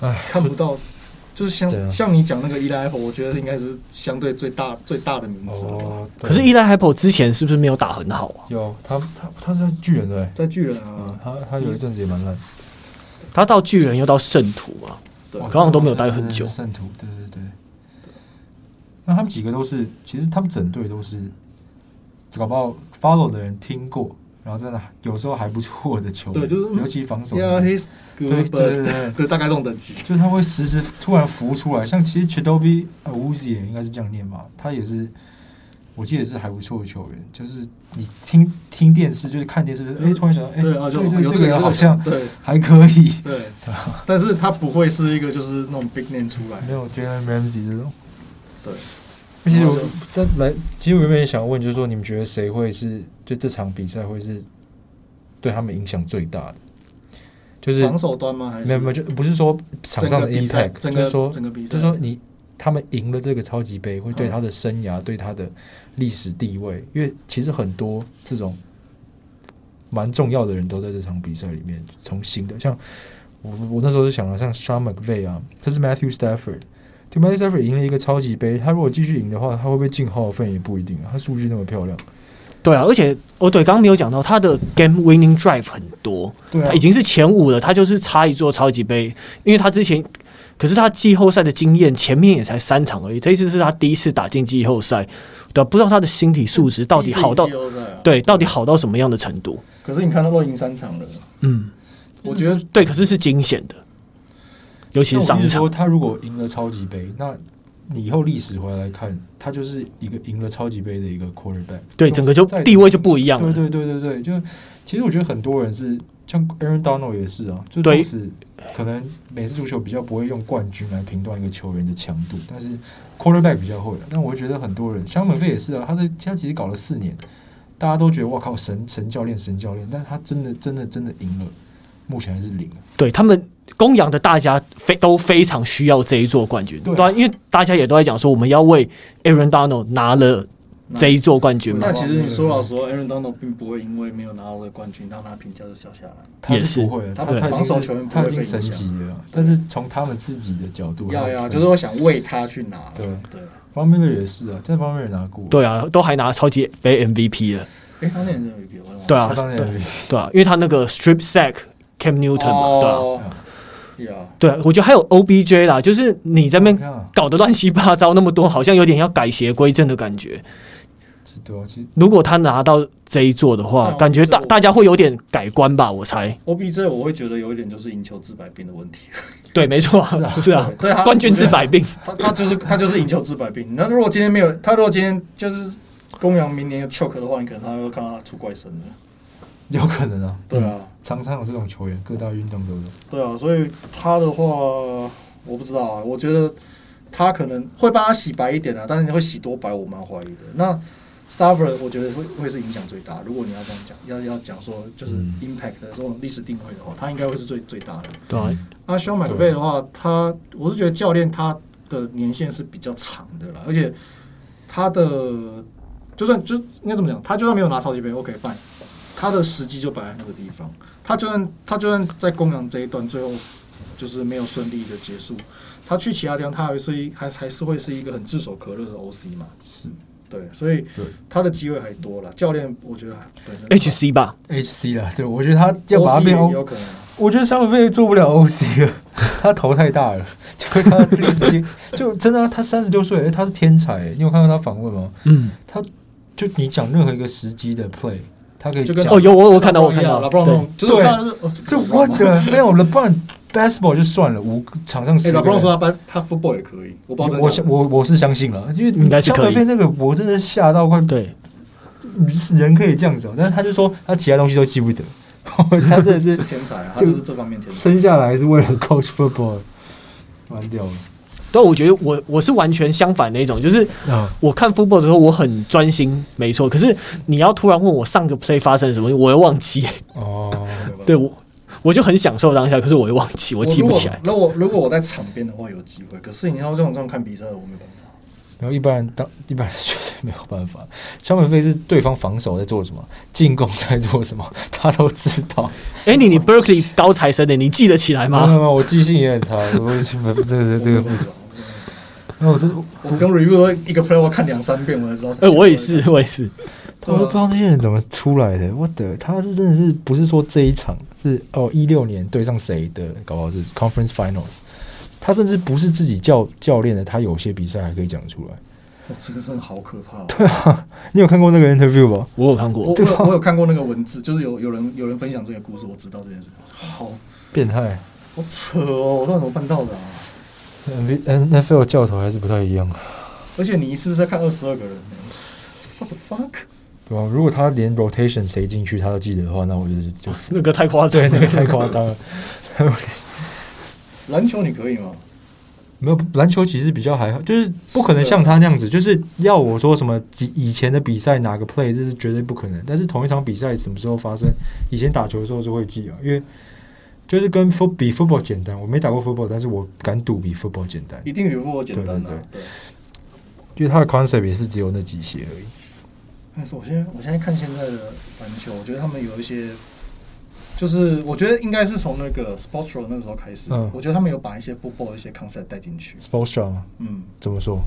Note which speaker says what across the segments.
Speaker 1: 唉，
Speaker 2: 看不到，就是像、
Speaker 1: 哎对啊
Speaker 2: 像你讲那个伊莱 Apple，我觉得应该是相对最大最大的名字了、
Speaker 1: 哦，对
Speaker 3: 可是伊莱海普之前是不是没有打很好啊？
Speaker 1: 有他他他是在巨人对不对，
Speaker 2: 在巨人
Speaker 1: 嗯
Speaker 2: 啊，，
Speaker 1: 他他有一阵子也蛮烂，
Speaker 3: 他到巨人又到圣徒啊嘛，
Speaker 2: 对
Speaker 3: 好像都没有待很久
Speaker 1: 圣徒，对对对。那他们几个都是，其实他们整队都是，搞不好 follow 的人听过，然后真的有时候还不错的球员，
Speaker 2: 对就是
Speaker 1: 尤其防守的
Speaker 2: Yeah,
Speaker 1: 人，
Speaker 2: he's
Speaker 1: 对
Speaker 2: good,
Speaker 1: 对
Speaker 2: but
Speaker 1: 对对，
Speaker 2: 对，大概这种等级。
Speaker 1: 就是他会时时突然浮出来，像其实 Chidobe u z i 也应该是这样念吧，他也是，我记得是还不错的球员，就是你听听电视，就是看电视，哎、突然想到，哎、
Speaker 2: 对啊，就
Speaker 1: 对
Speaker 2: 有
Speaker 1: 这
Speaker 2: 这
Speaker 1: 个
Speaker 2: 个
Speaker 1: 人
Speaker 2: 有
Speaker 1: 好
Speaker 2: 这
Speaker 1: 像
Speaker 2: 个对
Speaker 1: 还可以，
Speaker 2: 对，但是他不会是一个就是那种 big name 出来，
Speaker 1: 没有 Jalen Ramsey 这种。
Speaker 2: 对。
Speaker 1: 其实我
Speaker 2: 然后就
Speaker 1: 但来，其实我原本也想问，就是说你们觉得谁会是就这场比赛会是对他们影响最大的？就是
Speaker 2: 防守端吗？还是
Speaker 1: 没有没有，就不是说场
Speaker 2: 整
Speaker 1: 上
Speaker 2: 个
Speaker 1: 的
Speaker 2: 比赛，
Speaker 1: impact，
Speaker 2: 整
Speaker 1: 就是
Speaker 2: 个
Speaker 1: 说
Speaker 2: 整个比赛，
Speaker 1: 就是说你他们赢了这个超级杯，会对
Speaker 2: 嗯
Speaker 1: 他的生涯、对他的历史地位，因为其实很多这种蛮重要的人都在这场比赛里面从新的，像我我那时候就想了，像 s h a m McVay 啊，这是 Matthew Stafford。就 Matthew Stafford 赢了一个超级杯，他如果继续赢的话，他会不会进 Hall of Fame 也不一定啊。他数据那么漂亮，
Speaker 3: 对啊，而且哦对，刚刚没有讲到他的 game winning drive 很多，
Speaker 1: 对啊
Speaker 3: 他已经是前五了，他就是差一座超级杯，因为他之前。可是他季后赛的经验，前面也才三场而已，这一次是他第一次打进季后赛，对啊、不知道他的心理素质到底好到
Speaker 2: 第一次赢季后赛啊，
Speaker 3: 对到底好到什么样的程度？
Speaker 2: 可是你看他都赢三场了，
Speaker 3: 嗯，
Speaker 2: 我觉得
Speaker 3: 对，可是是惊险的，尤其
Speaker 1: 那
Speaker 3: 是
Speaker 1: 我
Speaker 3: 上
Speaker 1: 就
Speaker 3: 一
Speaker 1: 是
Speaker 3: 场
Speaker 1: 说，。他如果赢了超级杯，那你以后历史回来看，他就是一个赢了超级杯的一个 quarterback。
Speaker 3: 对，整个就
Speaker 1: 在
Speaker 3: 地位就不一样
Speaker 1: 对
Speaker 3: 了。
Speaker 1: 对对对对，就其实我觉得很多人是像 Aaron Donald 也是啊，就
Speaker 3: 对
Speaker 1: 当时可能美式足球比较不会用冠军来评断一个球员的强度，但是 quarterback 比较会啊。但我觉得很多人，像本菲也是啊，他在他其实搞了四年，大家都觉得哇靠神神教练神教练，但他真的真的真的赢了，目前还是零啊。
Speaker 3: 对他们供养的大家非都非常需要这一座冠军，
Speaker 1: 对啊
Speaker 3: 对啊，因为大家也都在讲说我们要为 Aaron Donald 拿了这一座冠军嘛
Speaker 2: 但。其实你
Speaker 1: 嗯
Speaker 2: 说老实话，Aaron Donald 并不会因为没有拿到这个冠军，让他评价就下下来。
Speaker 1: 他
Speaker 3: 也是
Speaker 1: 不会的，他
Speaker 2: 他们
Speaker 1: 他已
Speaker 2: 防守
Speaker 1: 经
Speaker 2: 球
Speaker 1: 是
Speaker 2: 员不
Speaker 1: 他
Speaker 2: 会
Speaker 1: 已
Speaker 2: 被
Speaker 1: 经
Speaker 2: 影
Speaker 1: 神
Speaker 2: 响
Speaker 1: 级了啊，但是从他们自己的角度，
Speaker 2: 要
Speaker 1: 他
Speaker 2: 要，
Speaker 1: 们
Speaker 2: 就是我想为他去拿。
Speaker 1: 对
Speaker 2: 对，
Speaker 1: 方面的也是啊，这方面也拿过，
Speaker 3: 对啊，都还拿超级杯 MVP 了，
Speaker 2: 哎，他那年真的有比我忘了
Speaker 3: 对啊
Speaker 1: 他，当然也
Speaker 3: 对啊，因为他那个 strip sack Cam Newton 嘛，对啊，
Speaker 2: 哦，对啊，
Speaker 3: 对啊，我觉得还有 OBJ 啦，就是你这边
Speaker 1: 好看啊
Speaker 3: 搞得乱七八糟那么多，好像有点要改邪归正的感觉。
Speaker 1: 对啊，其实
Speaker 3: 如果他拿到这一座的话，
Speaker 2: 那
Speaker 3: 感觉
Speaker 2: 这
Speaker 3: 大
Speaker 2: 我
Speaker 3: 大家会有点改观吧，我猜。
Speaker 2: OBJ 我会觉得有一点就是赢球治百病的问题，
Speaker 3: 对，没错， 是啊
Speaker 2: 对， 对啊
Speaker 3: 冠军治百病。
Speaker 2: 他他就是他就是赢球治百病。那如果今天没有他，如果今天就是公羊明年有 choke 的话，你可能他会看到他出怪声了。
Speaker 3: 嗯
Speaker 1: 有可能啊，
Speaker 2: 对啊，
Speaker 1: 常常有这种球员，各大运动都有。
Speaker 2: 对啊，所以他的话我不知道啊，我觉得他可能会帮他洗白一点啊，但是你会洗多白，我蛮怀疑的。那 Stafford 我觉得会会是影响最大。如果你要这样讲，要要讲说就是 impact 的这种历史定位的话，他应该会是最最大的。
Speaker 3: 对啊，
Speaker 2: 阿肖麦克贝的话，他我是觉得教练他的年限是比较长的啦，而且他的就算就应该怎么讲，他就算没有拿超级杯，OK fine，他的时机就摆在那个地方，他就算他就算在公羊这一段最后就是没有顺利的结束，他去其他地方他还是一还还是会是一个很炙手可热的 OC 嘛，
Speaker 1: 是
Speaker 2: 对，所以
Speaker 1: 对哎
Speaker 2: 他的机会还多了。教练我觉得还本身
Speaker 3: HC 吧，
Speaker 1: HC 啦，对我觉得他要把他
Speaker 2: OC
Speaker 1: 变
Speaker 2: 也
Speaker 1: O，
Speaker 2: 有可能啊。
Speaker 1: 我觉得商费做不了 OC 了， 他头太大了，就他历史经 就真的啊、他三十六岁，哎他是天才，哎你有看到他访问吗？
Speaker 3: 嗯，
Speaker 1: 就你讲任何一个时机的 play，他可以
Speaker 2: 就跟
Speaker 1: 讲
Speaker 3: 哦，有我我看到
Speaker 2: 老
Speaker 3: 我
Speaker 2: 布朗
Speaker 3: 看
Speaker 2: 一样
Speaker 3: 到，
Speaker 2: 老布朗那
Speaker 3: 对
Speaker 2: 种，就是
Speaker 1: 对
Speaker 2: 当然是哦
Speaker 1: 这
Speaker 2: 老布朗
Speaker 1: what
Speaker 2: 嘛
Speaker 1: the 没有了，不然 basketball 就算了，五个场上
Speaker 2: 哎，
Speaker 1: 十
Speaker 2: 老
Speaker 1: 个
Speaker 2: 布朗说
Speaker 1: 人。
Speaker 2: 他班他 football 也可以，我不知道
Speaker 1: 我
Speaker 2: 真
Speaker 1: 相
Speaker 2: 的假的。
Speaker 1: 我我是相信了，因为
Speaker 3: 应该是可以
Speaker 1: 费那个我真的吓到快
Speaker 3: 对，
Speaker 1: 人可以这样子、哦，但是他就说他其他东西都记不得，他真的是
Speaker 2: 这天才啊，他就是这方面天 才。
Speaker 1: 生下来是为了 coach football，完掉了。
Speaker 3: 但啊我觉得我我是完全相反那种，就是
Speaker 1: 啊，
Speaker 3: 我看 football 的时候我很专心，没错。可是你要突然问我上个 play 发生什么，我又忘记。
Speaker 1: 哦，
Speaker 3: 对我我就很享受当下，可是我又忘记，我记不起来。
Speaker 2: 如果如果我在场边的话有机会，可是你要这种这种看比赛的我没办法。
Speaker 1: 然后一般人当一般人绝对没有办法。川本飞是对方防守在做什么，进攻在做什么，他都知道。
Speaker 3: 哎，你你 Berkeley 高材生的，你记得起来
Speaker 1: 没有没
Speaker 3: 吗？
Speaker 1: 有，我记性也很差，我这个这 个，那我真的
Speaker 2: 我刚 review 一个 play 我看两三遍，我才知道。
Speaker 3: 哎，我也是，，我也是。
Speaker 1: 我都不知道这些人怎么出来的。我的，他是真的是不是说这一场是哦一六年对上谁的，搞不好是 Conference Finals。他甚至不是自己教教练的，他有些比赛还可以讲出来。
Speaker 2: 哦这个真的好可怕哦。
Speaker 1: 你有看过那个 interview 吧？
Speaker 3: 我有看
Speaker 2: 我
Speaker 3: 过，
Speaker 2: 我
Speaker 1: 啊
Speaker 2: 有我有看过那个文字，就是有有人有人分享这个故事，我知道这件事。好
Speaker 1: 变态
Speaker 2: 好扯哦，我到底怎么办到的啊？
Speaker 1: ，N N F L 教头还是不太一样，
Speaker 2: 而且你一次在看二十二个人呢，what the fuck？
Speaker 1: 对吧？如果他连 rotation 谁进去他都记得的话，那我就是就
Speaker 3: 那个太夸张
Speaker 1: 对那
Speaker 3: 了
Speaker 1: 个。太夸张了。
Speaker 2: 篮球你可以吗？
Speaker 1: 没有篮球其实比较还好，就是不可能像他那样子，就是要我说什么以以前的比赛哪个 play 这是绝对不可能。但是同一场比赛什么时候发生，以前打球的时候就会记啊，因为就是跟 foot 比 football 简单。我没打过 football，但是我敢赌比 football 简单，
Speaker 2: 一定比我简单
Speaker 1: 对对
Speaker 2: 啊。对，
Speaker 1: 因为它的 concept 也是只有那几些而已。
Speaker 2: 但是我现在我现在看现在的篮球，我觉得他们有一些，就是我觉得应该是从那个 Sportro 那个时候开始，
Speaker 1: 嗯
Speaker 2: 我觉得他们有把一些 football 的一些 concept 带进去。
Speaker 1: Sportstra 吗？
Speaker 2: 嗯，
Speaker 1: 啊怎么说？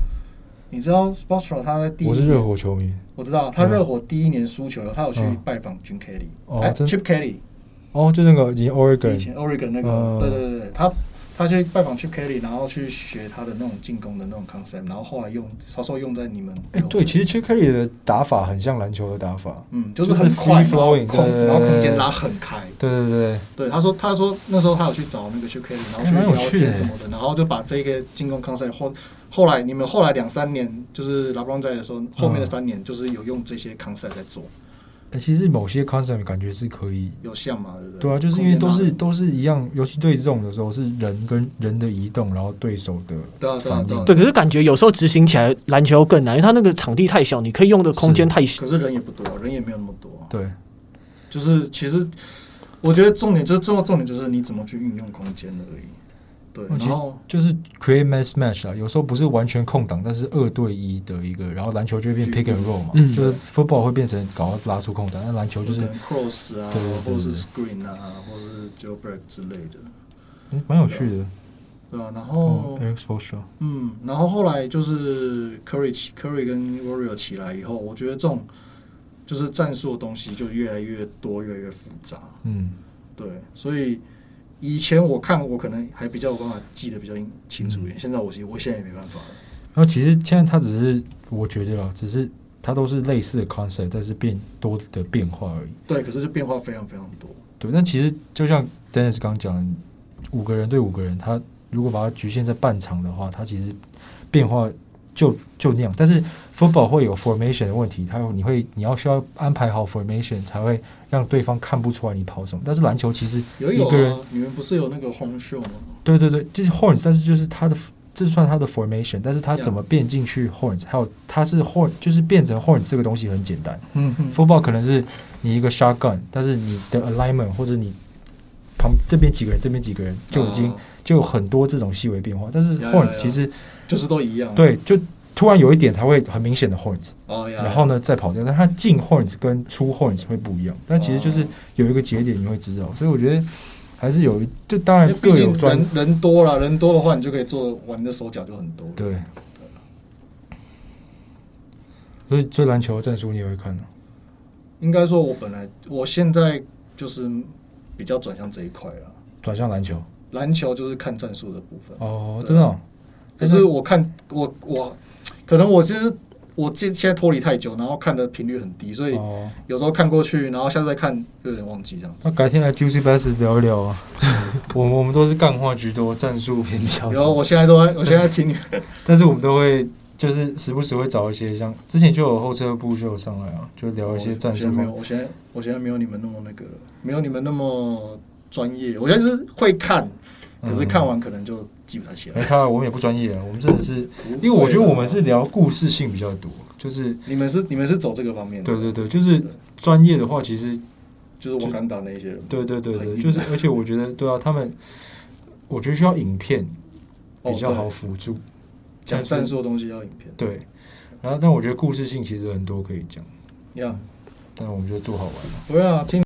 Speaker 2: 你知道 Sportro 他在第一
Speaker 1: 我是
Speaker 2: 年
Speaker 1: 热火球迷
Speaker 2: 我知道他
Speaker 1: 嗯
Speaker 2: 热火第一年输球以后，他有去
Speaker 1: 嗯
Speaker 2: 拜访 Jim Kelly，
Speaker 1: 哦
Speaker 2: 哎
Speaker 1: 真
Speaker 2: ，Chip Kelly，
Speaker 1: 哦，就那个已经
Speaker 2: 以
Speaker 1: Oregon
Speaker 2: 前 Oregon 那个
Speaker 1: 嗯，
Speaker 2: 对对对对，他他去拜访 Chip Kelly，然后去学他的那种进攻的那种 concept，然后后来用他说用在你们，
Speaker 1: 哎、对，其实 Chip Kelly 的打法很像篮球的打法。
Speaker 2: 嗯，就是很快，
Speaker 1: 就是
Speaker 2: 然后
Speaker 1: free flowing，对对
Speaker 2: 空，
Speaker 1: 对
Speaker 2: 然后空间拉很开。
Speaker 1: 对对对，
Speaker 2: 对，他说他说那时候他有去找那个 Chip Kelly，然后去
Speaker 1: 哎蛮有
Speaker 2: 聊
Speaker 1: 趣的
Speaker 2: 天什么的，然后就把这个进攻 concept 后后来你们后来两三年就是 LeBron 在的时候，后面的三年就是有用这些 concept 在做，
Speaker 1: 哎其实某些 concept 感觉是可以
Speaker 2: 有像嘛，对不对？
Speaker 1: 对啊，就是因为都
Speaker 2: 空间
Speaker 1: 是
Speaker 2: 拉
Speaker 1: 都是一样，尤其对这种的时候是人跟人的移动，然后对手的
Speaker 2: 对啊对啊
Speaker 1: 反
Speaker 2: 对啊
Speaker 1: 应。
Speaker 3: 对，可是感觉有时候执行起来篮球更难，因为它那个场地太小，你可以用的空间太小。
Speaker 2: 可是人也不多，人也没有那么多啊。
Speaker 1: 对，
Speaker 2: 就是其实我觉得重点就是重重点就是你怎么去运用空间而已。对，
Speaker 1: 嗯其实
Speaker 2: 然后
Speaker 1: 就是 create mass match 啊，有时候不是完全空档，但是二对一的一个，然后篮球就会变 pick and roll 嘛，
Speaker 3: 嗯
Speaker 1: 就是 football 会变成搞到拉出空档，但篮球
Speaker 2: 就
Speaker 1: 就
Speaker 2: 是是 cross 啊
Speaker 1: 对对对，
Speaker 2: 或者是
Speaker 1: 对
Speaker 2: screen 啊，或者是 j a l break 之类的，
Speaker 1: 嗯蛮有趣的。
Speaker 2: 对吧、然
Speaker 1: 哦
Speaker 2: 后
Speaker 1: e r i s p o s t r a
Speaker 2: 嗯，然后后来就是 Curry 起 Curry 跟 Warrior 起来以后，我觉得这种就是战术的东西就越来越多，越来越复杂。
Speaker 1: 嗯，
Speaker 2: 对，所以以前我看我可能还比较有办法记得比较清楚一
Speaker 1: 嗯
Speaker 2: 点，现在我其实我现在也没办法了。
Speaker 1: 然后其实现在它只是我觉得啦，只是它都是类似的 concept，但是变多的变化而已。
Speaker 2: 对，可是就变化非常非常多。
Speaker 1: 对，但其实就像 Dennis 刚讲的，五个人对五个人，他如果把它局限在半场的话，他其实变化就就那样。但是 football 会有 formation 的问题，它有你会你要需要安排好 formation 才会让对方看不出来你跑什么。但是篮球其实
Speaker 2: 有
Speaker 1: 一
Speaker 2: 有
Speaker 1: 个人
Speaker 2: 啊，你们不是有那个 home show 吗？
Speaker 1: 对对对，就是 horns，但是就是他的这算他的 formation，但是他
Speaker 2: Yeah
Speaker 1: 怎么变进去 horns，还有他是 horn，就是变成 horns 这个东西很简单。
Speaker 2: 嗯哼
Speaker 1: football 可能是你一个 shotgun，但是你的 alignment 或者你旁这边几个人，这边几个人就已经、
Speaker 2: 啊
Speaker 1: 就有很多这种细微变化。但是
Speaker 2: 哦有有
Speaker 1: horns
Speaker 2: 有
Speaker 1: 其实
Speaker 2: 就是都一样。，
Speaker 1: 对，就突然有一点它会很明显的 horns，
Speaker 2: 哦呀。
Speaker 1: 然后呢再跑掉，但它进 horns 跟出 horns 会不一样。但其实就是
Speaker 2: 哦
Speaker 1: 有一个节点你会知道，所以我觉得还是有一，就当
Speaker 2: 呀？因
Speaker 1: 然
Speaker 2: 为毕
Speaker 1: 各有
Speaker 2: 竟
Speaker 1: 专
Speaker 2: 人人多了，人多的话，你就可以做玩的手脚就很多。
Speaker 1: 对。所以，所以篮球的战术你也会看啊的、
Speaker 2: 应该说，我本来我现在就是比较转向这一块了。
Speaker 1: 转向篮球
Speaker 2: 篮球就是看战术的部分，
Speaker 1: 哦，
Speaker 2: 对
Speaker 1: 真的哦、
Speaker 2: 可是我看我我可能我其实我现现在脱离太久，然后看的频率很低，所以
Speaker 1: 哦，
Speaker 2: 有时候看过去，然后下次再看又有点忘记这样子。
Speaker 1: 那改天来 Juicy Basses 聊一聊 啊。我我们都是干话居多，战术偏比较
Speaker 2: 然后
Speaker 1: 少，
Speaker 2: 啊我现在都在，我现在听你
Speaker 1: 但是我们都会就是时不时会找一些像之前就有后车部就有上来啊，就聊一些战术
Speaker 2: 哦我现在没
Speaker 1: 方
Speaker 2: 有，我现在我现在没有你们那么那个了，没有你们那么专业。我现在就是会看，可
Speaker 1: 嗯
Speaker 2: 是看完可能就记不太起来。
Speaker 1: 没差啊，我们也不专业啊，我们真的是，因为我觉得我们是聊故事性比较多，就是
Speaker 2: 你们是你们是走这个方面的，
Speaker 1: 对对对，就是专业的话，其实
Speaker 2: 就是我敢打那些人。
Speaker 1: 对对对对，
Speaker 2: 很硬
Speaker 1: 就是而且我觉得对啊，他们我觉得需要影片
Speaker 2: 哦
Speaker 1: 比较好
Speaker 2: 对
Speaker 1: 辅助，
Speaker 2: 讲战术的东西要影片，
Speaker 1: 对，然后但我觉得故事性其实很多可以讲，
Speaker 2: 呀，
Speaker 1: 但我们就做好玩嘛。
Speaker 2: 不要听。